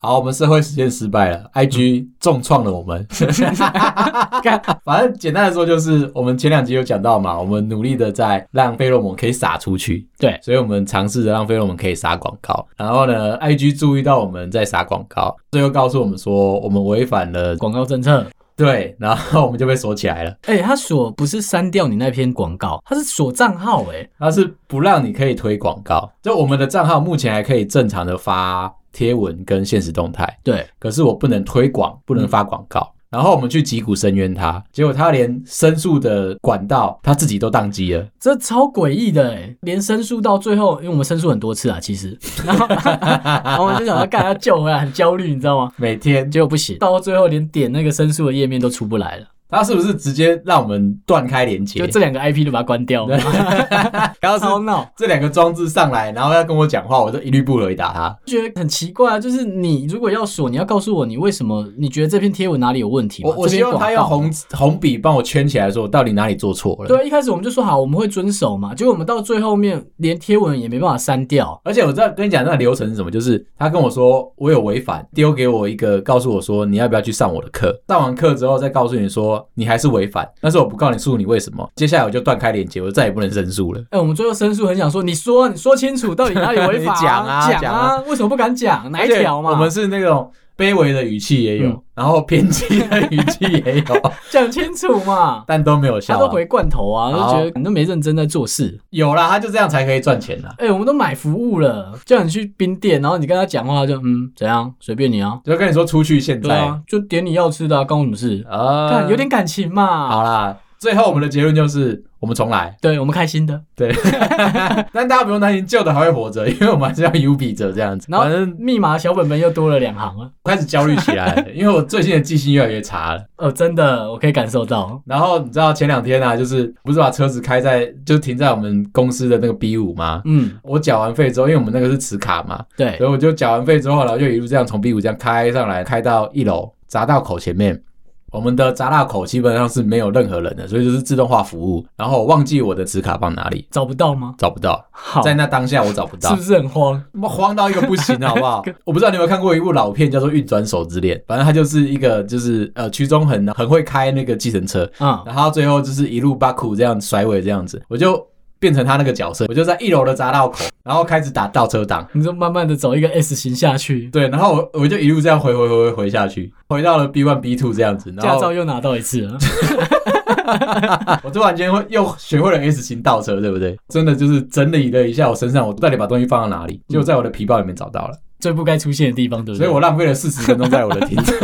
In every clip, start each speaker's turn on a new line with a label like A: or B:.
A: 我们社会实验失败了，IG 重创了我们。干反正简单的说，就是我们前两集有讲到嘛，我们努力的在让费洛蒙可以撒出去，
B: 对，
A: 所以我们尝试着让费洛蒙可以撒广告。然后呢，IG 注意到我们在撒广告，最后告诉我们说我们违反了
B: 广告政策。
A: 对，然后我们就被锁起来了。
B: 哎、他锁不是删掉你那篇广告，他是锁账号、哎，
A: 它是不让你可以推广告，就我们的账号目前还可以正常的发贴文跟现实动态。
B: 对，
A: 可是我不能推
B: 嗯
A: 广，不能发广告。然后我们去击鼓申冤他，结果他连申诉的管道他自己都宕机了。
B: 这超诡异的、哎，连申诉到最后，因为我们申诉很多次啊，其 实，然后然后我们就想要干要救回来，很焦虑，你知道吗？
A: 每天
B: 结果不行，到最后连点那个申诉的页面都出不来了，
A: 他是不是直接让我们断开连接
B: 就？这两个 IP 都把它关掉，
A: 然后
B: 超
A: 是
B: 闹，
A: 这两个装置上来，然后要跟我讲话，我就一律不回答他。
B: 觉得很奇怪啊。就是你如果要锁，你要告诉我你为什么你觉得这篇贴文哪里有问题吗？
A: 我我
B: 这篇
A: 希望
B: 广
A: 他用
B: 告
A: 红红笔帮我圈起来，说我到底哪里做错了。，
B: 对，一开始我们就说好，我们会遵守嘛。结果我们到最后面连贴文也没办法删掉，
A: 而且我知道跟你讲那个流程是什么，就是他跟我说我有违反，丢给我一个告诉我说你要不要去上我的课，上完课之后再告诉你说你还是违反，但是我不告你诉你为什么，接下来我就断开连接，我再也不能申诉 了。
B: 哎、我们最后申诉很想说，你说你说清楚到底哪里违法、
A: 你讲啊
B: 讲
A: 讲啊
B: 为什么不敢讲？哪一条嘛？
A: 而且我们是那种卑微的语气也有，
B: 嗯
A: 然后偏激的语气也有，
B: 讲清楚 嘛。
A: 但都没有效
B: 他
A: 啊、
B: 都回罐头啊，就觉得你都没认真在做事。
A: 有啦，他就这样才可以赚钱啦。
B: 哎、我们都买服务了，叫你去冰店，然后你跟他讲话就嗯怎样，随便你啊。
A: 就跟你说出去现
B: 对
A: 在
B: 啊，就点你要吃的、啊，关我什么事？
A: 啊
B: 看、有点感情嘛。
A: 好啦。最后我们的结论就是，我们重来。
B: 对我们开心的。
A: 对，但大家不用担心，旧的还会活着，因为我们还是要 U 比着这样子。
B: 然后
A: 反正
B: 密码小本本又多了两行啊。
A: 我开始焦虑起来 了，因为我最近的记性越来越差了。
B: 哦，真的，我可以感受到。
A: 然后你知道前两天啊，就是不是把车子开在就停在我们公司的那个 B 五吗？
B: 嗯，
A: 我缴完费之后，因为我们那个是磁卡嘛，
B: 对
A: 所，以我就缴完费之后，然后就一路这样从 B 五这样开上来，开到一楼匝道口前面。我们的匝道口基本上是没有任何人的，所以就是自动化服务。然后我忘记我的磁卡放哪里，
B: 找不到吗？
A: 找不到，
B: 好，
A: 在那当下我找不到
B: 是不。是很慌？啊
A: 他妈慌到一个不 行，好不好？我不知道你有没有看过一部老片，叫做《运转手之恋》，反正他就是一个就是呃曲中恒很会开那个计程车，
B: 嗯，
A: 然后他最后就是一路把苦这样甩尾这样子，我就变成他那个角色，我就在一楼的匝道口，然后开始打倒车档。
B: 你就慢慢的走一个 S 型下去，
A: 对，然后我我就一路这样回回回回回下去，回到了 B one B two 这样子，然
B: 驾照
A: 后啊
B: 又拿到一次了。
A: 我突然间会又学会了 S 型倒车，对不对？真的就是整理了一下我身上，我到底把东西放到哪里，结果在我的皮包里面找到了。
B: 最不该出现的地方，对不
A: 所
B: 对？
A: 以我浪费了四十分钟在我的听众。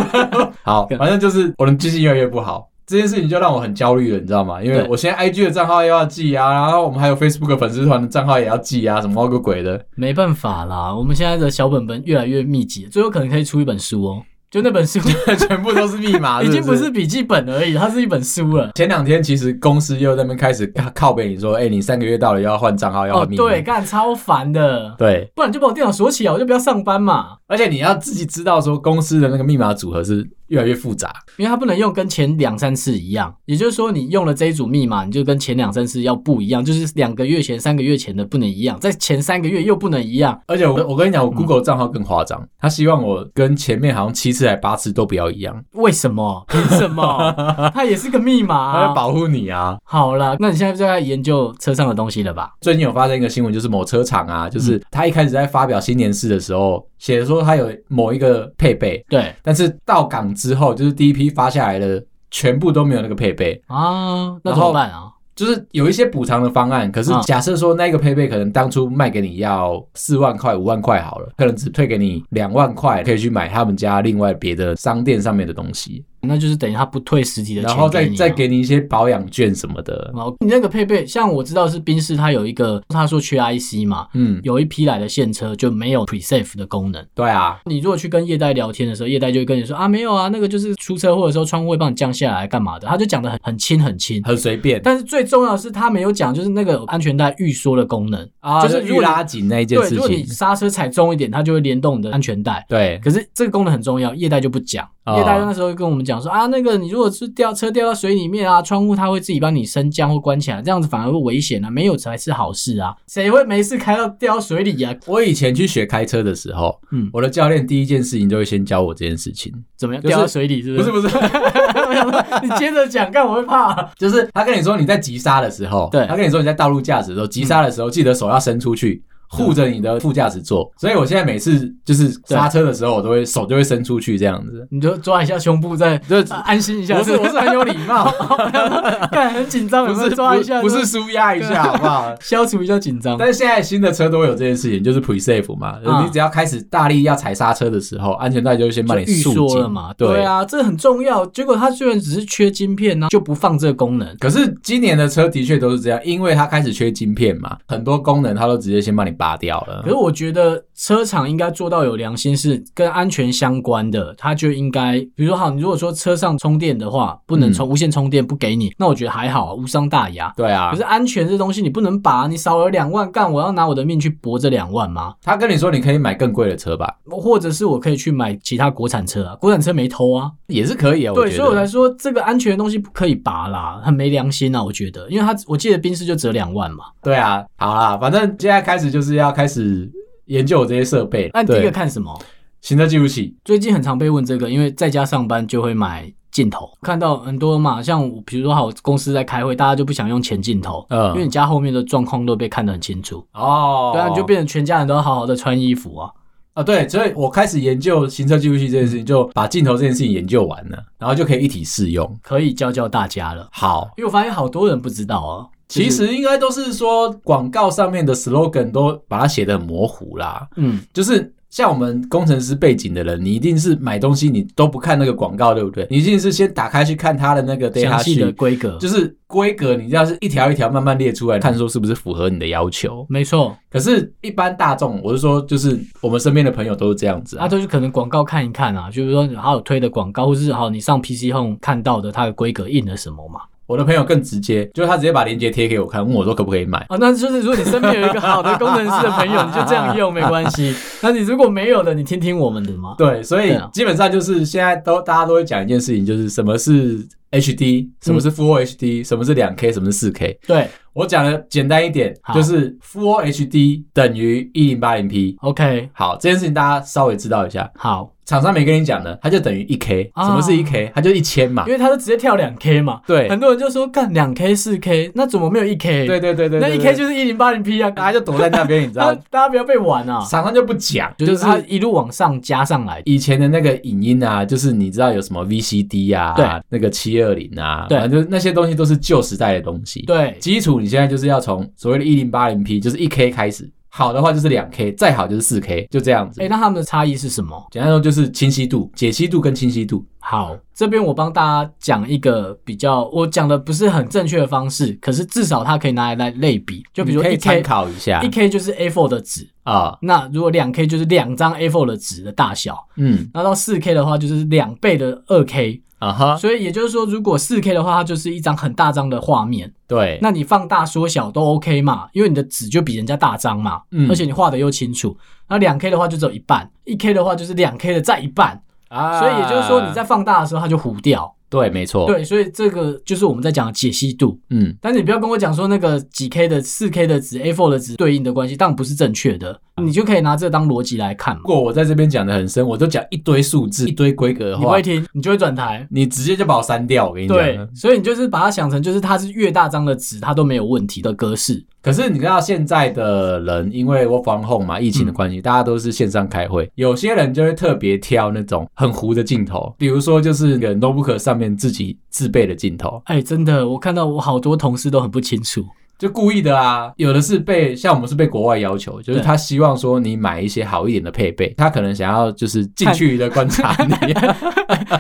A: 好，反正就是我的记性越来越不好。这件事情就让我很焦虑了，你知道吗？因为
B: 对
A: 我现在 IG 的账号又要记啊，然后我们还有 Facebook 粉丝团的账号也要记啊，什么个鬼的。
B: 没办法啦，我们现在的小本本越来越密集，最后可能可以出一本书哦。就那本书
A: 全部都是密码，
B: 已经不是
A: 是。
B: 笔记本而已，它是一本书了。
A: 前两天其实公司又在那边开始靠靠背你说，哎、你三个月到了要换账号，要
B: 哦，
A: 换密
B: 对，
A: 码。
B: 干超烦的，
A: 对，
B: 不然你就把我电脑锁起来，我就不要上班嘛，
A: 而且你要自己知道说公司的那个密码组合是越来越复杂。
B: 因为它不能用跟前两三次一样，也就是说，你用了这一组密码，你就跟前两三次要不一样，就是两个月前、三个月前的不能一样，在前三个月又不能一样，
A: 而且我我跟你
B: 嗯
A: 讲，我 Google 账号更夸张，他希望我跟前面好像七次还八次都不要一样。
B: 为什么？凭什么？ 它也是个密码、
A: 他要
B: 啊。
A: 保护你啊！
B: 好啦，那你现在就在研究车上的东西了吧？
A: 最近有发生一个新闻，就是某车厂啊，就是
B: 嗯
A: 他一开始在发表新年式的时候，写说他有某一个配备，
B: 对
A: 但是到港之后，就是第一批发下来的全部都没有那个配备，
B: 啊，那
A: 然
B: 怎么
A: 后
B: 办啊？
A: 就是有一些补偿的方案。可是
B: 嗯
A: 假设说那个配备可能当初卖给你要四万块、五万块好了，可能只退给你两万块，可以去买他们家另外别的商店上面的东西，
B: 那就是等于他不退实体的钱
A: 然后再
B: 你啊
A: 再。给你一些保养券什么的。
B: 好，你那个配备，像我知道是宾士，它有一个，他说缺 IC 嘛，
A: 嗯，
B: 有一批来的现车就没有 pre-save 的功能。
A: 对啊，
B: 你如果去跟业代聊天的时候，业代就会跟你说啊，没有啊，那个就是出车祸的时候窗户会帮你降下来干嘛的，他就讲的很很轻很轻。
A: 很随便
B: 但是最重要的是，他没有讲就是那个安全带预缩的功能，
A: 啊
B: 就
A: 就
B: 是如
A: 预
B: 果你
A: 拉紧那一件
B: 对，
A: 事
B: 如果你
A: 情。
B: 刹车踩重一点，它就会联动你的安全带。
A: 对，
B: 可是这个功能很重要，业代就不讲，
A: 哦
B: 因为大家那时候跟我们讲说啊，那个你如果是掉车掉到水里面啊，窗户它会自己帮你升降或关起来，这样子反而会危险啊，没有才是好事啊，谁会没事开到掉到水里啊呀、
A: 我以前去学开车的时候，
B: 嗯
A: 我的教练第一件事情就会先教我这件事情，
B: 怎么样？
A: 就是
B: 掉到水里是不
A: 不
B: 是？
A: 是不是，
B: 我想说你接着讲，干我会 怕。啊
A: 就是他跟你说你在急刹的时候，
B: 对
A: 他跟你说你在道路驾驶的时候，急刹的时候记得手要伸出去。护着你的副驾驶座，所以我现在每次就是刹车的时候，我都会手就会伸出去这样子，
B: 你就抓一下胸部再，
A: 就
B: 啊安心一下。
A: 不 是我 是很有礼貌，
B: 看很紧张，有
A: 不
B: 没有
A: 是
B: 抓一下？
A: 不是舒压一下好不 好？
B: 消除一下紧张。
A: 但是现在新的车都会有这件事情，就是 pre safe 嘛，
B: 嗯
A: 你只要开始大力要踩刹车的时候，安全带就会先
B: 就
A: 帮你
B: 预
A: 束
B: 说
A: 紧
B: 了嘛，
A: 对
B: 对啊，这很重要。结果它居然只是缺晶片呢、就不放这个功能。
A: 可是今年的车的确都是这样，因为它开始缺晶片嘛，很多功能它都直接先帮你拔掉了
B: 可。是我觉得车厂应该做到有良心，是跟安全相关的，它就应该，比如说好，你如果说车上充电的话，不
A: 嗯
B: 能充、无线充电不给你，那我觉得还好，啊无伤大雅。
A: 对啊
B: 可是，安全这东西你不能把，你少了两万，干我要拿我的命去搏这两万吗？
A: 他跟你说你可以买更贵的车吧，
B: 或者是我可以去买其他国产车啊，国产车没偷啊，
A: 也是可以啊。
B: 对，
A: 觉
B: 所以我才
A: 得
B: 说这个安全的东西不可以拔啦，很没良心啊，我觉得，因为他我记得宾士就折两万嘛，
A: 对啊，好啦，反正现在开始就是要开始研究我这些设备。
B: 那你第一
A: 对
B: 个看什么？
A: 行车记录器，
B: 最近很常被问这个，因为在家上班就会买镜头，看到很多嘛，像我比如说好公司在开会，大家就不想用前镜头，
A: 嗯
B: 因为你家后面的状况都被看得很清楚，
A: 哦
B: 对啊，你就变成全家人都要好好的穿衣服啊，
A: 啊，对，所以我开始研究行车记录器这件事情，就把镜头这件事情研究完了，然后就可以一体适用。
B: 可以教教大家了，
A: 好，
B: 因为我发现好多人不知道啊，
A: 其实应该都是说广告上面的 slogan 都把它写的很模糊啦，
B: 嗯，
A: 就是像我们工程师背景的人，你一定是买东西你都不看那个广告，对不对？你一定是先打开去看它的那个 data
B: 详细的
A: sheet，
B: 规格，
A: 就是规格，你要是一条一条慢慢列出来，看说是不是符合你的要求。
B: 没错，
A: 可是，一般大众，我是说，就是我们身边的朋友都是这样子
B: 啊，
A: 啊。
B: 就是可能广告看一看啊，就是说好有推的广告，或是好你上 PC Home 看到的它的规格印了什么嘛。
A: 我的朋友更直接，就是他直接把链接贴给我看，问我说可不可以买。
B: 啊，那就是如果你身边有一个好的工程师的朋友，你就这样用没关系。那你如果没有的，你听听我们的嘛。
A: 对，所
B: 对
A: 以
B: 啊
A: 基本上就是现在都大家都会讲一件事情，就是什么是 HD，什么是 Full HD，、什么是两 K，什么是4 K。
B: 对
A: 我讲的简单一点
B: 好，
A: 就是 Full HD 等于一零八零 P。
B: ，OK，
A: 好，这件事情大家稍微知道一下。
B: 好，
A: 厂商没跟你讲的，它就等于一 K。
B: 啊
A: 什么是一 K？它就一千嘛
B: 因。为他是直接跳两 K 嘛，
A: 对
B: 很多人就说干两 K 四 K，那怎么没有一 K？
A: 对对对对，哎
B: 那一 K
A: 就
B: 就是一零八零 P 啊，
A: 大家就躲在那边，你知
B: 大
A: 道
B: 家？大家不要被玩啊，
A: 厂商就不讲，
B: 就是
A: 就是
B: 他一路往上加上来，
A: 以前的那个影音啊，就是你知道有什么 VCD 啊，
B: 对，
A: 那个七二零啊，
B: 对
A: 反正就是那些东西都是旧时代的东西。
B: 对，
A: 基础你现在就是要从所谓的一零八零 P，就是一 K 开始，好的话就是两 K，再好就是四 K，就这样子。
B: 哎，那他们的差异是什么？
A: 简单说就是清晰度、解析度跟清晰度。
B: 好，这边我帮大家讲一个比较，我讲的不是很正确的方式，可是至少它可以拿来来类比，就比如
A: 你
B: 说
A: 可以
B: 一
A: 参
B: K，
A: 考一下
B: 一 K 就是 A4 的纸，
A: 啊，
B: 那如果两 K 就是两张 A4 的纸的大小，
A: 嗯
B: 那到四 K 的话就是两倍的二 K，
A: 啊哈，
B: 所以也就是说，如果四 K 的话，它就是一张很大张的画面，
A: 对，
B: 那你放大缩小都 OK 嘛，因为你的纸就比人家大张嘛，
A: 嗯
B: 而且你画的又清楚。那两 K 的话就只有一半，一 K 的话就是两 K 的再一半，
A: 啊
B: 所以也就是说你在放大的时候它就糊掉。
A: 对，没错，，
B: 对，所以这个就是我们在讲的解析度。
A: 嗯，
B: 但是你不要跟我讲说那个几 K 的、四 K 的值、A4 的值对应的关系，当然不是正确的，
A: 嗯
B: 你就可以拿这个当逻辑来看嘛
A: 如。果我在这边讲的很深，我都讲一堆数字、一堆规格的
B: 你不
A: 话
B: 会，听，你就会转台。
A: 你直接就把我删掉，我跟你
B: 对
A: 讲。，
B: 所以你就是把它想成就是它是越大张的值，它都没有问题的格式。
A: 可是你知道现在的人，因为 work from home 嘛，疫情的关
B: 嗯
A: 系，大家都是线上开会，有些人就会特别挑那种很糊的镜头，比如说就是那个 notebook 上面自己自备的镜头，
B: 哎，真的，我看到我好多同事都很不清楚。
A: 就故意的啊。有的是被像我们是被国外要求，就是
B: 对
A: 他希望说你买一些好一点的配备，他可能想要就是近距离的观 察你，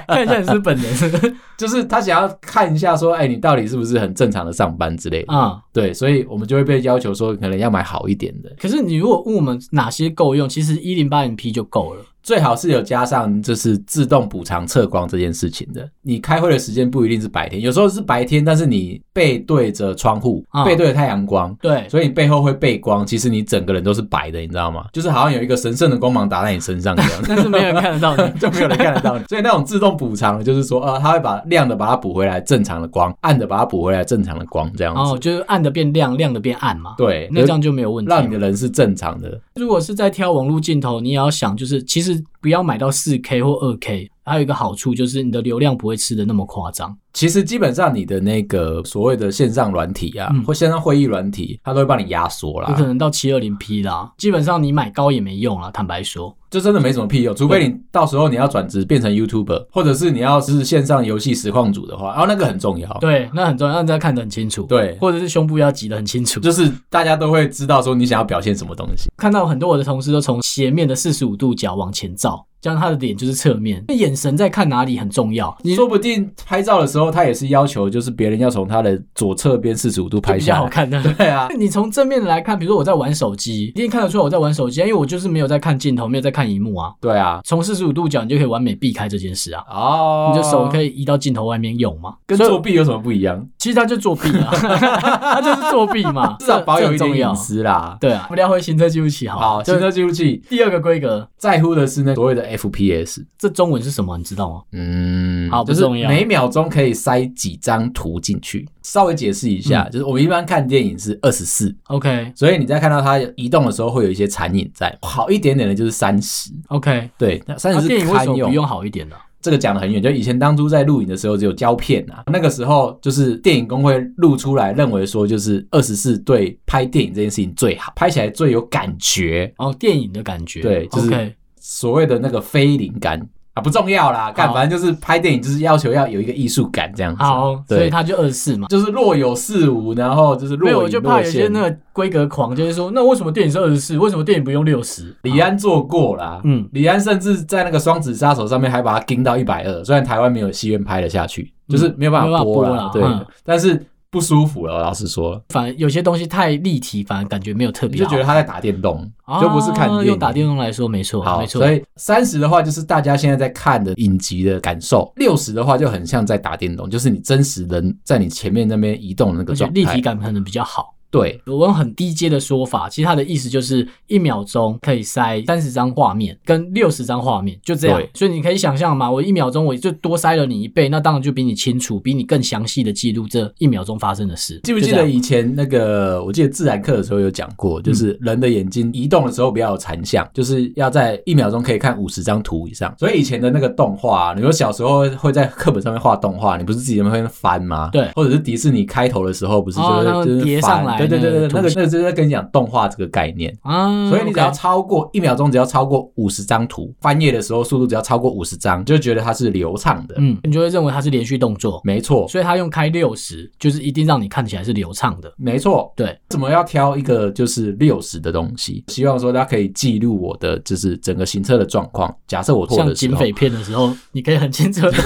B: 看一下你是本人
A: 就是他想要看一下说，哎，你到底是不是很正常的上班之类的。
B: 啊、
A: 对，所以我们就会被要求说，可能要买好一点的。
B: 可是你如果问我们哪些够用，其实一零八零 P 就够了。
A: 最好是有加上就是自动补偿测光这件事情的。你开会的时间不一定是白天，有时候是白天，但是你背对着窗户，
B: 啊
A: 背对着太阳光。
B: 对，
A: 所以你背后会背光，其实你整个人都是白的，你知道吗？就是好像有一个神圣的光芒打在你身上一样。
B: 但是没有人看
A: 。
B: 得到你
A: 就没有人看得到你。所以那种自动补偿的，就是说，呃，它会把亮的把它补回来正常的光，暗的把它补回来正常的光，这样子。
B: 哦，就是暗的变亮，亮的变暗嘛。，
A: 对，
B: 那这样就没有问题。
A: 让你的人是正常的。
B: 如果是在挑网络镜头，你也要想，就是其实不要买到四 K 或二 K，还有一个好处就是你的流量不会吃的那么夸张。
A: 其实基本上你的那个所谓的线上软体啊，
B: 嗯
A: 或线上会议软体，它都会帮你压缩
B: 有可
A: 啦，
B: 能到七二零 P 啦，基本上你买高也没用啦。坦白说，
A: 就真的没什么屁用。除非你到时候你要转职变成 YouTuber，或者是你要是线上游戏实况组的话，然、后那个很重要。
B: 对，那很重要，让大家看得很清楚。
A: 对
B: 或者是胸部要挤得很清楚。
A: 就是大家都会知道说你想要表现什么东西。
B: 看到很多我的同事都从斜面的四十五度角往前照，这样他的脸就是侧面，那眼神在看哪里很重要。你
A: 说不定拍照的时候，他也是要求，就是别人要从他的左侧边四十五度拍
B: 比较
A: 下
B: 好
A: 来。
B: 看的。
A: 对啊，
B: 你从正面来看，比如说我在玩手机，一定看得出来我在玩手机啊，因为我就是没有在看镜头，没有在看荧幕啊。
A: 对啊，
B: 从四十五度角，你就可以完美避开这件事啊。
A: 哦，
B: 你的手可
A: 以
B: 以移到镜头外面用嘛？
A: 跟
B: 所以
A: 作弊有什么不一样？
B: 其实他就作弊啊，他就是作弊嘛，
A: 至少保
B: 这
A: 有
B: 很
A: 一点
B: 重要
A: 隐。私啦。
B: 对啊，我们聊回行车记录器好了。
A: 好，行车记录器
B: 第二个规格，
A: 在乎的是那所谓的 FPS，
B: 这中文是什么？你知道吗？
A: 嗯，
B: 好不
A: 就是
B: 重要
A: 每秒钟可以塞几张图进去。稍微解释一
B: 嗯
A: 下，就是我们一般看电影是二十四。
B: OK
A: 所以你在看到它移动的时候，会有一些残影在。好一点点的就是三十，
B: OK，
A: 对，那三
B: 哦那、
A: 十是
B: 啊电影为
A: 堪
B: 什么
A: 用
B: 不。用好一点呢、
A: 这个讲的很远，就以前当初在录影的时候只有胶片啊，那个时候就是电影工会录出来，认为说就是二十四对拍电影这件事情最好，拍起来最有感觉，
B: 哦，电影的感觉。
A: 对就是
B: OK，
A: 所谓的那个非灵感啊不重要啦，干
B: 好
A: 反正就是拍电影就是要求要有一个艺术感这样子啊，
B: 好，所以
A: 对，
B: 他就二四嘛。
A: 就是若有似无，然后就是若
B: 没
A: 隐
B: 有，
A: 若
B: 我
A: 现。
B: 就怕有些那个规格狂，就是说，那为什么电影是二十四？为什么电影不用六十？
A: 李安做过啦，
B: 嗯
A: 李安甚至在那个《双子杀手》上面还把它盯到一百二，虽然台湾没有戏院拍得下去，就是没有办法播啦，
B: 嗯没有办法播啦嗯
A: 对，但是不舒服了，老实说，
B: 反而有些东西太立体，反而感觉没有特
A: 你
B: 别
A: 就
B: 好，
A: 觉得他在打电动，
B: 啊
A: 就不是看电
B: 用
A: 影。
B: 打电动来说，没错，
A: 好，
B: 没错
A: 所。以三十的话就是大家现在在看的影集的感受，六十的话就很像在打电动，就是你真实人在你前面那边移动的那个
B: 而且
A: 状态，
B: 立体感可能比较好。
A: 对，
B: 我用很低阶的说法，其实它的意思就是一秒钟可以塞三十张画面跟六十张画面，就这样
A: 对。
B: 所以你可以想象嘛，我一秒钟我就多塞了你一倍，那当然就比你清楚，比你更详细的记录这一秒钟发生的事。
A: 记不记
B: 就这
A: 得
B: 样？
A: 以前那个？我记得自然课的时候有讲过，
B: 嗯
A: 就是人的眼睛移动的时候不要有残像，就是要在一秒钟可以看五十张图以上。所以以前的那个动画、啊，你说小时候会在课本上面画动画，你不是自己在那边翻吗？
B: 对
A: 或者是迪士尼开头的时候不是就是、
B: 哦那个
A: 就是
B: 叠
A: 翻
B: 上来
A: 对对对对，
B: 那
A: 那
B: 个
A: 个
B: 图
A: 那个就是在跟你讲动画这个概念。
B: 啊，
A: 所以你只要
B: OK
A: 超过一秒钟，只要超过五十张图，翻页的时候速度只要超过五十张，就觉得它是流畅的。
B: 嗯，你就会认为它是连续动作，
A: 没错，
B: 所以它用开六十，就是一定让你看起来是流畅的。
A: 没错，
B: 对，
A: 怎么要挑一个就是六十的东西？希望说它可以记录我的就是整个行车的状况。假设我错
B: 像
A: 的时
B: 警
A: 候，
B: 匪片的时候，你可以很清楚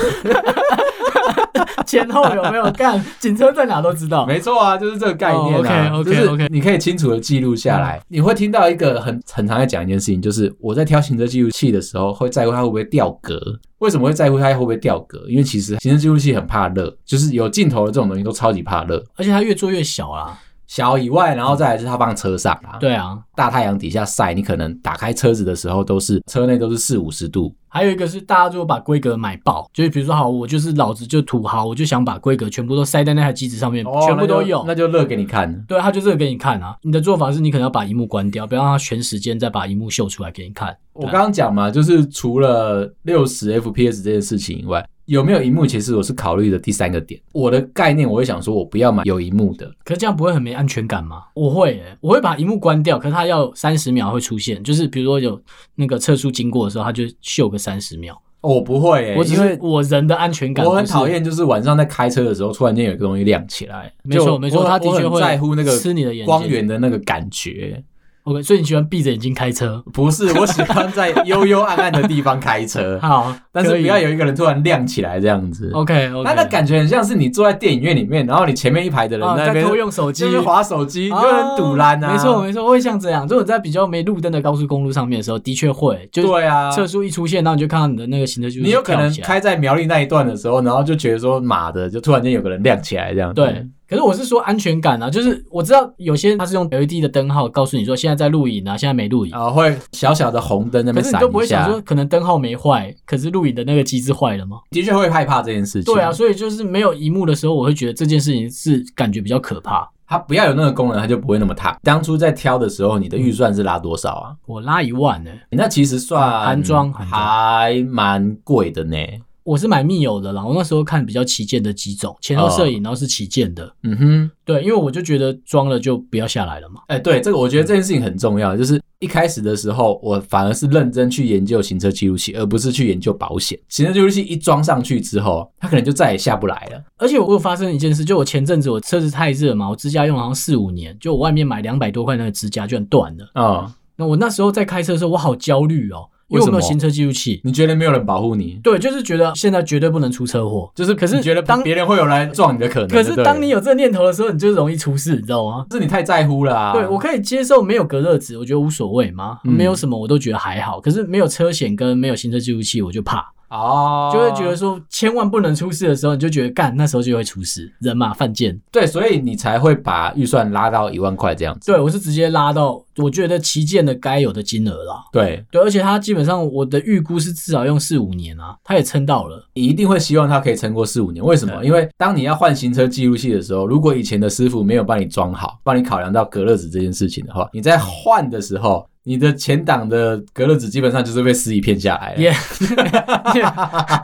B: 前后有没有干，警车在哪都知道。
A: 没错啊，就是这个概念啊。
B: 哦
A: 就
B: ，OK，OK，嗯
A: 是
B: OK
A: 你可以清楚的记录下来。你会听到一个很很常在讲一件事情，就是我在挑行车记录器的时候，会在乎它会不会掉格。为什么会在乎它会不会掉格？因为其实行车记录器很怕热，就是有镜头的这种东西都超级怕热。
B: 而且它越做越小啦。
A: 小以外，然后再来是它放车上啊，
B: 对啊，
A: 大太阳底下晒，你可能打开车子的时候都是车内都是四五十度，
B: 还有一个是大家如果把规格买爆，就是比如说好，我就是老子就土豪，我就想把规格全部都塞在那台机子上面，
A: 哦
B: 全部都
A: 那就
B: 有。
A: 那就乐给你看。
B: 对，他就这个给你看啊。你的做法是你可能要把荧幕关掉，不要让它全时间再把荧幕秀出来给你看。
A: 我刚刚讲嘛，就是除了六十 FPS 这件事情以外，有没有荧幕，其实我是考虑的第三个点。我的概念，我会想说，我不要买有荧幕的。
B: 可是这样不会很没安全感吗？我会、欸，我会把荧幕关掉，可是它要三十秒会出现，就是比如说有那个测速经过的时候，它就秀个三十秒。
A: 哦我不会、欸，
B: 我只
A: 因
B: 是
A: 为
B: 我人的安全感，
A: 我很
B: 不是
A: 讨。厌，就是晚上在开车的时候，突然间有一个东西亮起来。
B: 没
A: 就
B: 错没错，
A: 我
B: 它的
A: 我
B: 确
A: 很
B: 会
A: 在乎那个
B: 吃你的眼睛
A: 光源的那个感觉。
B: OK，所以你喜欢闭着眼睛开车？，
A: 不是，我喜欢 在幽幽暗暗的地方开车
B: 好，
A: 但是
B: 可以
A: 不要有一个人突然亮起来这样子。
B: OK OK，
A: 那那感觉很像是你坐在电影院里面，然后你前面一排的人
B: 啊，
A: 哦在那
B: 在
A: 边
B: 偷用手机
A: 就。是划手机，哦
B: 啊
A: 就很堵拦啊。
B: 没错，没错，我也像这样。如果在比较没路灯的高速公路上面的时候，的确会，就是
A: 对啊，
B: 测速一出现，然后你就看到你的那个行车记录
A: 你
B: 仪
A: 有可
B: 跳
A: 能
B: 起来
A: 开在苗栗那一段的时候，然后就觉得说妈的，就突然间有个人亮起来这样。
B: 对，，可是我是说安全感啊，就是我知道有些它是用 LED 的灯号告诉你说现在在录影啊，现在没录影，
A: 啊，会小小的红灯在那
B: 可
A: 边
B: 是你
A: 闪
B: 都不会
A: 一
B: 想
A: 下，
B: 说可能灯号没坏，可是录影的那个机制坏了吗？
A: 的确会害怕这件事情。
B: 对啊，，所以就是没有荧幕的时候，我会觉得这件事情是感觉比较可怕。
A: 它不要有那个功能，它就不会那么烫。当初在挑的时候，你的预算是拉多少啊？
B: 我拉一万呢、
A: 那其实算
B: 韩装韩装
A: 还蛮贵的呢。
B: 我是买密友的啦，我那时候看比较旗舰的几种，前后
A: 啊
B: 摄影，然后是旗舰的。
A: 嗯哼，
B: 对，因为我就觉得装了就不要下来了嘛。
A: 哎、对，这个我觉得这件事情很重要，就是一开始的时候，我反而是认真去研究行车记录器，而不是去研究保险。行车记录器一装上去之后，它可能就再也下不来了。
B: 而且我有发生一件事，就我前阵子我车子太热嘛，我支架用好像四五年，就我外面买两百多块那个支架居然断了。
A: 嗯，
B: 那我那时候在开车的时候，我好焦虑哦，因为我没有
A: 为什么
B: 行车记录器。
A: 你觉得没有人保护你，
B: 对，就是觉得现在绝对不能出车祸。
A: 就是
B: 可是
A: 你觉得
B: 当
A: 别人会有来撞你的可能。
B: 可
A: 对
B: 是
A: 不对
B: 当你有这个念头的时候，你就容易出事，你知道吗？
A: 是你太在乎了、啊。
B: 对，我可以接受没有隔热纸，我觉得无所谓嘛，
A: 嗯
B: 没有什么我都觉得还好。可是没有车险跟没有行车记录器，我就怕，
A: 哦，
B: 就会觉得说千万不能出事的时候，你就觉得干那时候就会出事，人嘛犯贱。
A: 对，所以你才会把预算拉到一万块这样子。
B: 对我是直接拉到我觉得旗舰的该有的金额啦。
A: 对，
B: 对，而且它基本上我的预估是至少用四五年啊，它也撑到 了。
A: 你一定会希望它可以撑过四五年。为什么？
B: 对
A: 因为当你要换行车记录器的时候，如果以前的师傅没有帮你装好，帮你考量到隔热纸这件事情的话，你在换的时候，你的前挡的隔热纸基本上就是被撕一片下来了。
B: 耶、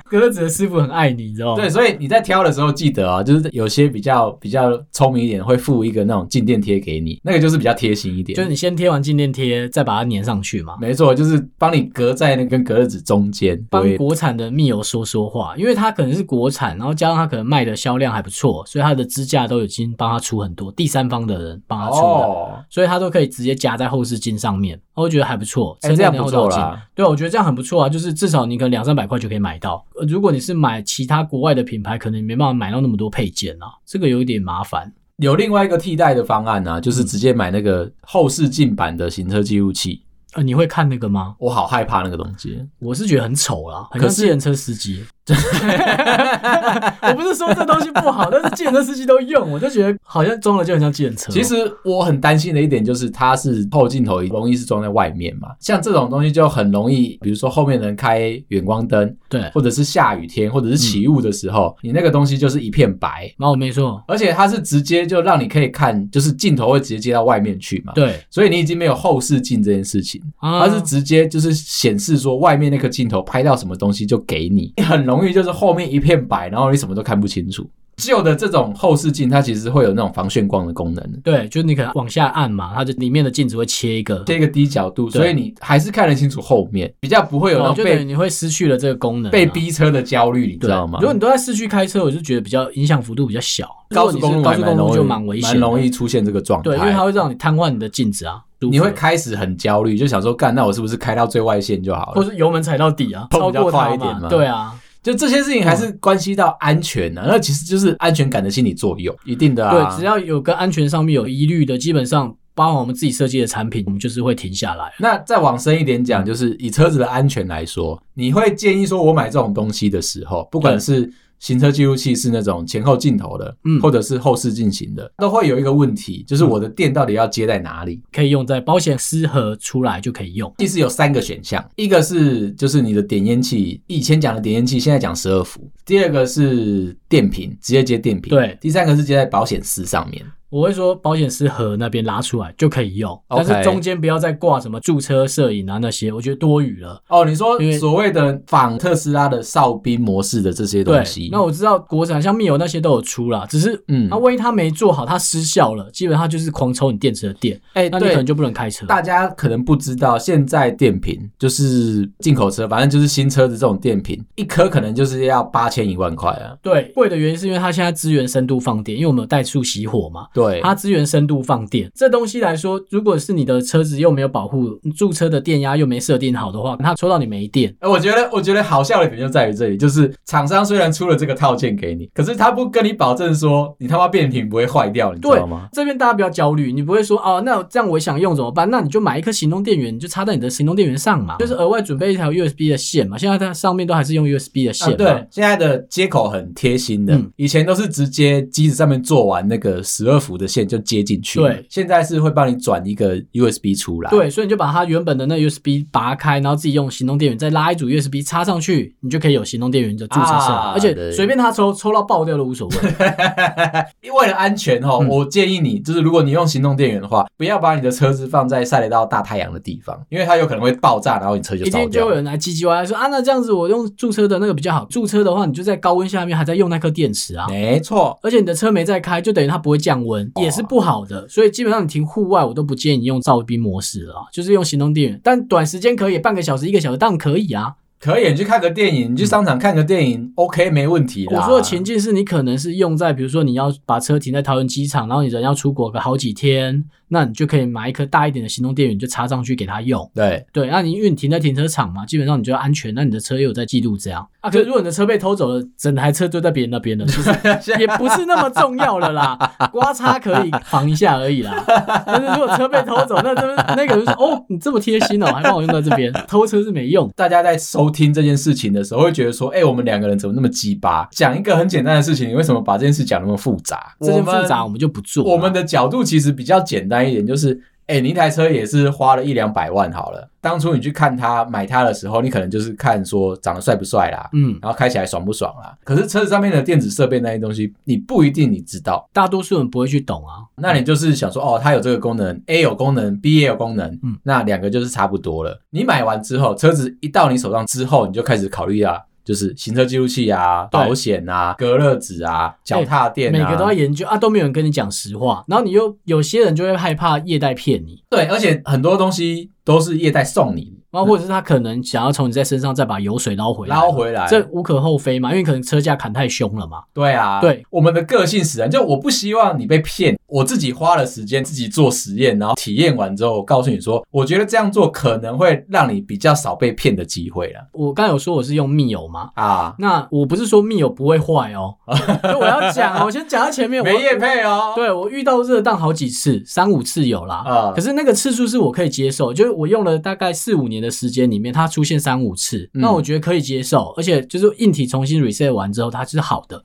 B: 隔热纸的师傅很爱你，你知道吗？
A: 对，所以你在挑的时候记得啊，就是有些比较比较聪明一点，会附一个那种静电贴给你，那个就是比较贴心一点。
B: 就是你先贴完静电贴，再把它粘上去嘛。
A: 没错，就是帮你隔在那根隔热纸中间，不
B: 帮
A: 会
B: 国产的密友说说话，因为它可能是国产，然后加上它可能卖的销量还不错，所以它的支架都已经帮它出很多第三方的人帮它出了，
A: 哦。
B: 所以它都可以直接夹在后视镜上面，我觉得还不错。
A: 哎、这样不
B: 后照
A: 错
B: 镜，
A: 啦。
B: 对啊，我觉得这样很不错啊，就是至少你可能两三百块就可以买到。呃如果你是买其他国外的品牌，可能你没办法买到那么多配件啊，这个有一点麻烦。
A: 有另外一个替代的方案呢、啊，
B: 嗯
A: 就是直接买那个后视镜版的行车记录器。
B: 呃，你会看那个吗？
A: 我好害怕那个东西。
B: 我是觉得很丑啦，很
A: 可
B: 像
A: 是
B: 计程车司机。 我不是说这东西不好，但是计程车司机都用，我就觉得好像装了就很像计程车。
A: 其实我很担心的一点就是，它是后镜头容易是装在外面嘛，像这种东西就很容易，比如说后面的人开远光灯，
B: 对，
A: 或者是下雨天，或者是起雾的时候，你那个东西就是一片白，
B: 然哦后没错，
A: 而且它是直接就让你可以看，就是镜头会直接接到外面去嘛。。
B: 对，
A: 所以你已经没有后视镜这件事情，
B: 啊
A: 它是直接就是显示说外面那颗镜头拍到什么东西就给你，很容易就是后面一片白，然后你什么都看不清楚。旧的这种后视镜，它其实会有那种防眩光的功能，
B: 对，就是你可能往下按嘛，它就里面的镜子会切一个，
A: 这个低角度，
B: 对
A: 所以你还是看得清楚后面，比较不会有那
B: 哦，
A: 种
B: 就等
A: 被、
B: 于你会失去了这个功能、啊，
A: 被。逼车的焦虑，你知
B: 对
A: 道吗
B: 如？果你都在市区开车，我就觉得比较影响幅度比较小。
A: 高速公
B: 如
A: 路
B: 果
A: 还
B: 你是高
A: 蛮
B: 速公
A: 容
B: 路
A: 易
B: 就蛮危险的，
A: 蛮容易出现这个状态。
B: 对，因为它会让你瘫痪你的镜子啊，舒服
A: 你会，开始很焦虑，就想说，干，那我是不是开到最外线就好了？
B: 或是油门踩到底啊，
A: 碰
B: 超
A: 比较
B: 过它
A: 快一点嘛
B: 对啊，
A: 就这些事情还是关系到安全啊，那其实就是安全感的心理作用，一定的啊。
B: 嗯对，只要有跟安全上面有疑虑的，基本上包含我们自己设计的产品，我们就是会停下来。
A: 那再往深一点讲，就是以车子的安全来说，你会建议说，我买这种东西的时候，不管
B: 对
A: 是行车记录器是那种前后镜头的，
B: 嗯
A: 或者是后视镜型的，都会有一个问题，就是我的电到底要接在哪里？
B: 可以用在保险丝盒出来就可以用。
A: 其实有三个选项，一个是就是你的点烟器，以前讲的点烟器，现在讲十二伏；第二个是电瓶，直接接电瓶；
B: 对
A: 第三个是接在保险丝上面。
B: 我会说保险丝盒那边拉出来就可以用，但
A: OK
B: 是中间不要再挂什么驻车摄影啊那些，我觉得多余了。
A: 哦，你说
B: 因为
A: 所谓的仿特斯拉的哨兵模式的这些
B: 对
A: 东西，，
B: 那我知道国产像密友那些都有出啦，只是
A: 嗯
B: 那、万一它没做好，它失效了，基本上就是狂抽你电池的电，
A: 哎，
B: 那你可
A: 对
B: 能，就不能开车。
A: 大家可能不知道，现在电瓶就是进口车，反正就是新车的这种电瓶，一颗可能就是要八千一万块啊。
B: 对，贵的原因是因为它现在资源深度放电，因为我们有怠速熄火嘛，
A: 对，对
B: 它支援深度放电。这东西来说，如果是你的车子又没有保护，驻车的电压又没设定好的话，它抽到你没电。
A: 哎，我觉得，我觉得好笑的点就在于这里，就是厂商虽然出了这个套件给你，可是他不跟你保证说你他妈变频不会坏掉，你知
B: 对
A: 道吗？，
B: 这边大家不要焦虑，你不会说哦，那这样我想用怎么办？那你就买一颗行动电源，你就插在你的行动电源上嘛，就是额外准备一条 USB 的线嘛。现在它上面都还是用 USB 的线、
A: 啊，对，，现在的接口很贴心的，
B: 嗯
A: 以前都是直接机子上面做完那个十二伏的线就接进去，
B: 对，
A: 现在是会帮你转一个 USB 出来，，
B: 对，所以你就把它原本的那 USB 拔开，然后自己用行动电源再拉一组 USB 插上去，你就可以有行动电源的驻车设，
A: 啊
B: 而且
A: 对
B: 随便它抽，抽到爆掉都无所谓。
A: 因为了安全哦，
B: 嗯
A: 我建议你就是如果你用行动电源的话，不要把你的车子放在晒得到大太阳的地方，因为它有可能会爆炸，然后你车就
B: 一
A: 烧
B: 定就
A: 掉
B: 有。人来唧唧歪歪说啊，那这样子我用驻车的那个比较好。驻车的话，你就在高温下面还在用那颗电池啊。
A: 没哦错，
B: 而且你的车没在开，就等于它不会降温，也是不好的。所以基本上你停户外，我都不建议你用照冰模式
A: 哦
B: 了啊，就是用行动电源。但短时间可以，半个小时、一个小时当然可以啊。
A: 可以，你去看个电影，你去商场看个电影、o k 没问题
B: 嗯我
A: 啦。
B: 说的情境是你可能是用在，比如说你要把车停在桃园机场，然后你人要出国个好几天，那你就可以买一颗大一点的行动电源，就插上去给它用。
A: 对，
B: 对，那你因为你停在停车场嘛，基本上你就要安全，那你的车也有在记录这样啊。可是如果你的车被偷走了，整台车都在别人那边了，其 实也不是那么重要了啦，刮擦可以防一下而已啦。但是如果车被偷走，那真那个人就说哦，你这么贴心哦，还帮我用到这边，偷车是没用。
A: 大家在收听这件事情的时候，会觉得说，哎、我们两个人怎么那么鸡巴？讲一个很简单的事情，你为什么把这件事讲那么复杂？
B: 这件复杂
A: 我
B: 我
A: 们
B: 们就不做了。
A: 我们的角度其实比较简单一点，就是。哎、你一台车也是花了一两百万好了。当初你去看它、买它的时候，你可能就是看说长得帅不帅啦，
B: 嗯，
A: 然后开起来爽不爽啦。可是车子上面的电子设备那些东西，你不一定你知道，
B: 大多数人不会去懂啊。
A: 那你就是想说，哦，它有这个功能，A 有功能，B 也有功能，
B: 嗯
A: 嗯，那两个就是差不多了。你买完之后，车子一到你手上之后，你就开始考虑啊，就是行车记录器啊、
B: 对
A: 保险啊、隔热纸啊、脚踏垫啊，
B: 每个都要研究啊，都没有人跟你讲实话，然后你又有些人就会害怕业代骗你，
A: 对，而且很多东西都是业代送你
B: 然后或者是他可能想要从你在身上再把油水捞回来，
A: 捞回来，
B: 这无可厚非嘛，因为可能车价砍太凶了嘛。
A: 对啊，
B: 对，
A: 我们的个性使然，就我不希望你被骗。我自己花了时间自己做实验，然后体验完之后，我告诉你说，我觉得这样做可能会让你比较少被骗的机会了
B: 我刚才有说我是用密友嘛，
A: 啊。
B: 那我不是说密友不会坏 哦，就我要讲哦，我先讲到前面，我
A: 没业配哦，
B: 对我遇到热档好几次，三五次有啦。
A: 啊
B: 可是那个次数是我可以接受，就是我用了大概四五年的时间里面，它出现三五次，
A: 嗯
B: 那我觉得可以接受，而且就是硬体重新 reset 完之后，它是好的，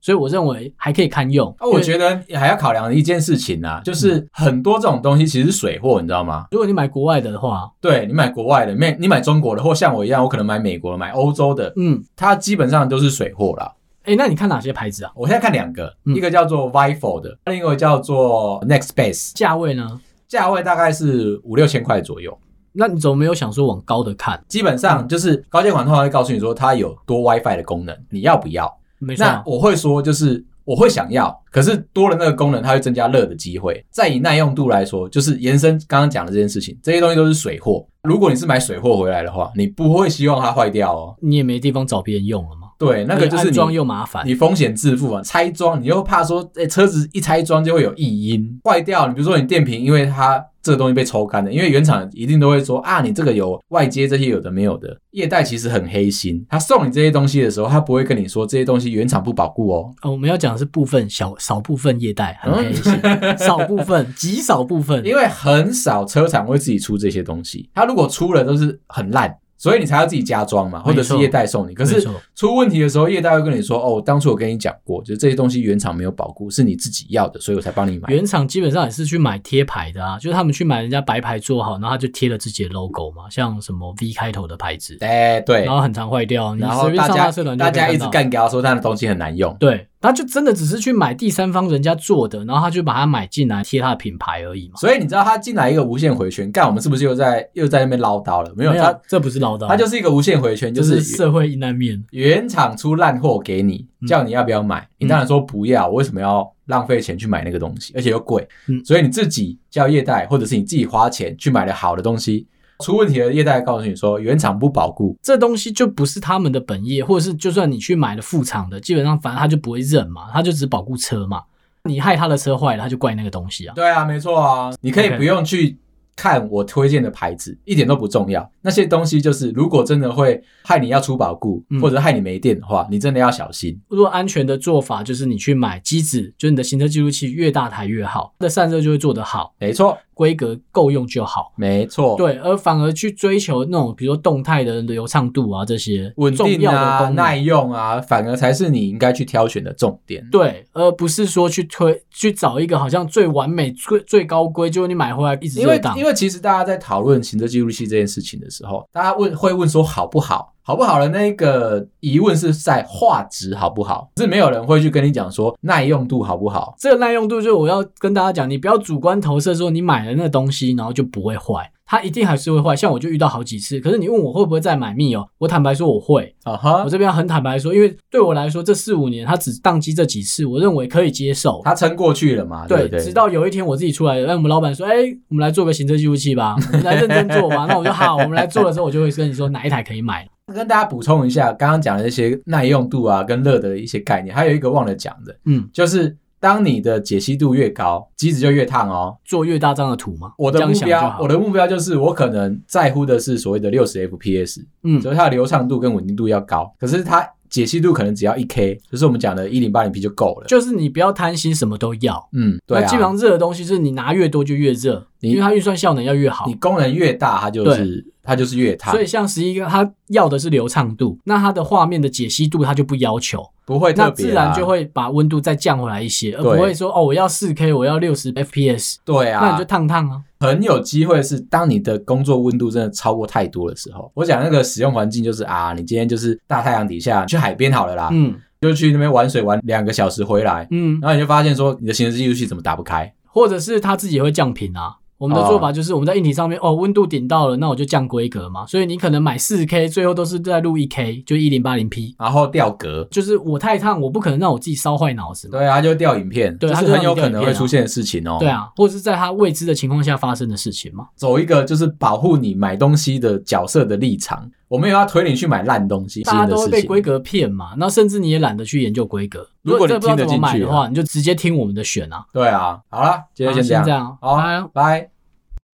B: 所以我认为还可以堪用。
A: 啊，我
B: 得
A: 觉得还要考量一件事情啊，就是很多这种东西其实是水货，你知道吗？
B: 如果你买国外的话，
A: 对你买国外的，买你买中国的，或像我一样，我可能买美国的、买欧洲的，
B: 嗯，
A: 它基本上都是水货啦。
B: 哎，那你看哪些牌子啊？
A: 我现在看两个，
B: 嗯
A: 一个叫做 Vivo 的，另一个叫做 Nextbase，
B: 价位呢？
A: 价位大概是五六千块左右。
B: 那你怎么没有想说往高的看？
A: 基本上就是高阶款通常会告诉你说它有多 WiFi 的功能，你要不要？
B: 没错啊
A: 那，我会说就是。我会想要，可是多了那个功能，它会增加热的机会。再以耐用度来说，就是延伸刚刚讲的这件事情，这些东西都是水货。如果你是买水货回来的话，你不会希望它坏掉哦。
B: 你也没地方找别人用了嘛。
A: 对，那个就
B: 而且
A: 是
B: 安装
A: 你
B: 又麻烦。
A: 你风险自负啊，拆装你又怕说，哎、车子一拆装就会有异音坏掉。你比如说你哎电瓶，因为它这个东西被抽干了，因为原厂一定都会说啊，你这个有外接这些有的没有的。业代其实很黑心，他送你这些东西的时候，他不会跟你说这些东西原厂不保固哦。
B: 哦，我们要讲的是部分小少部分业代，很黑心， 少部分极少部分。
A: 嗯因为很少车厂会自己出这些东西，它如果出了都是很烂，所以你才要自己加装嘛，
B: 没错
A: 或者是业代送你。可
B: 没
A: 是
B: 错
A: 出问题的时候，业代会跟你说：“哦，当初我跟你讲过，就是这些东西原厂没有保固，是你自己要的，所以我才帮你买。
B: 原厂基本上也是去买贴牌的啊，就是他们去买人家白牌做好，然后他就贴了自己的 logo 嘛，像什么 V 开头的牌子”，
A: 哎，对
B: 然，后很常坏掉，你
A: 然后
B: 随便
A: 大
B: 上
A: 家
B: 大社团就
A: 大
B: 可以
A: 家一直
B: 看到。
A: 干掉说他的东西很难用，
B: 对，他就真的只是去买第三方人家做的，然后他就把它买进来贴他的品牌而已嘛。
A: 所以你知道他进来一个无限回圈，干我们是不是又在又在那边唠叨了？没有，
B: 没
A: 他
B: 有，这不是唠叨，
A: 他就是一个无限回圈，
B: 这
A: 就是
B: 是社会阴暗面。
A: 原厂出烂货给你
B: 嗯，
A: 叫你要不要买？你当然说不要，我为什么要浪费钱去买那个东西，而且又贵？
B: 嗯
A: 所以你自己叫业代，或者是你自己花钱去买了好的东西，
B: 嗯
A: 出问题了，业代告诉你说原厂不保固，
B: 这东西就不是他们的本业，或者是就算你去买了副厂的，基本上反正他就不会认嘛，他就只保固车嘛。你害他的车坏了，他就怪那个东西啊。
A: 对啊，没错啊，你可以
B: OK
A: 不用去看我推荐的牌子，一点都不重要。那些东西就是，如果真的会害你要出保固，
B: 嗯
A: 或者害你没电的话，你真的要小心。
B: 如果安全的做法就是你去买机子，就是你的行车记录器越大台越好，它的散热就会做得好，
A: 没错，
B: 规格够用就好。
A: 没错，，
B: 对，而反而去追求那种比如说动态的流畅度啊这些
A: 稳
B: 重
A: 定
B: 要的
A: 啊，
B: 功能
A: 耐。用啊，反而才是你应该去挑选的重点。
B: 对，而不是说去推去找一个好像最完美、最最高规，结果你买回来一直
A: 因为
B: 热档
A: 因。为其实大家在讨论行车记录器这件事情的时候，大家问会问说好不好？好不好的那个疑问是在画质好不好，是没有人会去跟你讲说耐用度好不好。
B: 这个耐用度就是我要跟大家讲，你不要主观投射说你买了那个东西，然后就不会坏，它一定还是会坏。像我就遇到好几次，可是你问我会不会再买密友，我坦白说我会，
A: 啊哈
B: 我，这边很坦白说，因为对我来说，这四五年他只宕机这几次，我认为可以接受。
A: 它撑过去了啊嘛？对
B: 对
A: 不，对，
B: 直到有一天我自己出来了，哎，我们老板说，哎，我们来做个行车记录器吧，我们来认真做吧。那我就好，我们来做的时候，我就会跟你说哪一台可以买。
A: 跟大家补充一下，刚刚讲的那些耐用度啊，跟热的一些概念，还有一个忘了讲的，
B: 嗯，
A: 就是当你的解析度越高，机子就越烫哦。
B: 做越大张的图嘛，
A: 我
B: 这
A: 的
B: 样
A: 目
B: 想就
A: 标，
B: 好。
A: 我的目标就是我可能在乎的是所谓的六十 FPS，
B: 嗯
A: 所以它的流畅度跟稳定度要高，可是它解析度可能只要一 K，就是我们讲的一零八零 P 就够了。
B: 就是你不要贪心，什么都要。
A: 嗯，对
B: 那
A: 啊，
B: 基本上热的东西是你拿越多就越热，
A: 你
B: 因为它运算效能要越好
A: 你。功能越大，它就是它就是越烫
B: 所，以像十一个，它要的是流畅度，那它的画面的解析度它就不要求。
A: 不会特
B: 那
A: 别、啊，
B: 自然就会把温度再降回来一些，而不
A: 对
B: 会说哦，我要四 K，我要六十 FPS，
A: 对啊，
B: 那你就烫烫啊。
A: 很有机会是，当你的工作温度真的超过太多的时候，我讲那个使用环境就是啊，你今天就是大太阳底下去海边好了啦，
B: 嗯
A: 就去那边玩水玩两个小时回来，
B: 嗯，
A: 然后你就发现说你的行车记录器怎么打不开，
B: 或者是它自己会降频啊。我们的做法就是我们在硬体上面哦，温度顶到了，那我就降规格嘛。所以你可能买四 K，最后都是在录一 K，就一零八零 P。
A: 然后掉格，
B: 就是我太烫，我不可能让我自己烧坏脑子嘛。
A: 对啊，它就掉影片，
B: 对
A: 这
B: 它
A: 是
B: 就让
A: 很
B: 你
A: 有可
B: 掉
A: 能
B: 影
A: 会
B: 片啊
A: 出现的事情哦。
B: 对，啊，或者是在它未知的情况下发生的事情嘛。
A: 走一个就是保护你买东西的角色的立场，我没有要推你去买烂东西，
B: 大家
A: 是
B: 都
A: 的
B: 会
A: 事
B: 被
A: 情
B: 规格骗嘛，那甚至你也懒得去研究规格。
A: 如果你
B: 真的不知道
A: 听得
B: 怎么买
A: 进去
B: 的话，你就直接听我们的选啊。
A: 对啊，好啦，今天
B: 好
A: 先这
B: 先
A: 样，
B: 这样，
A: 好
B: 拜哦，
A: 拜。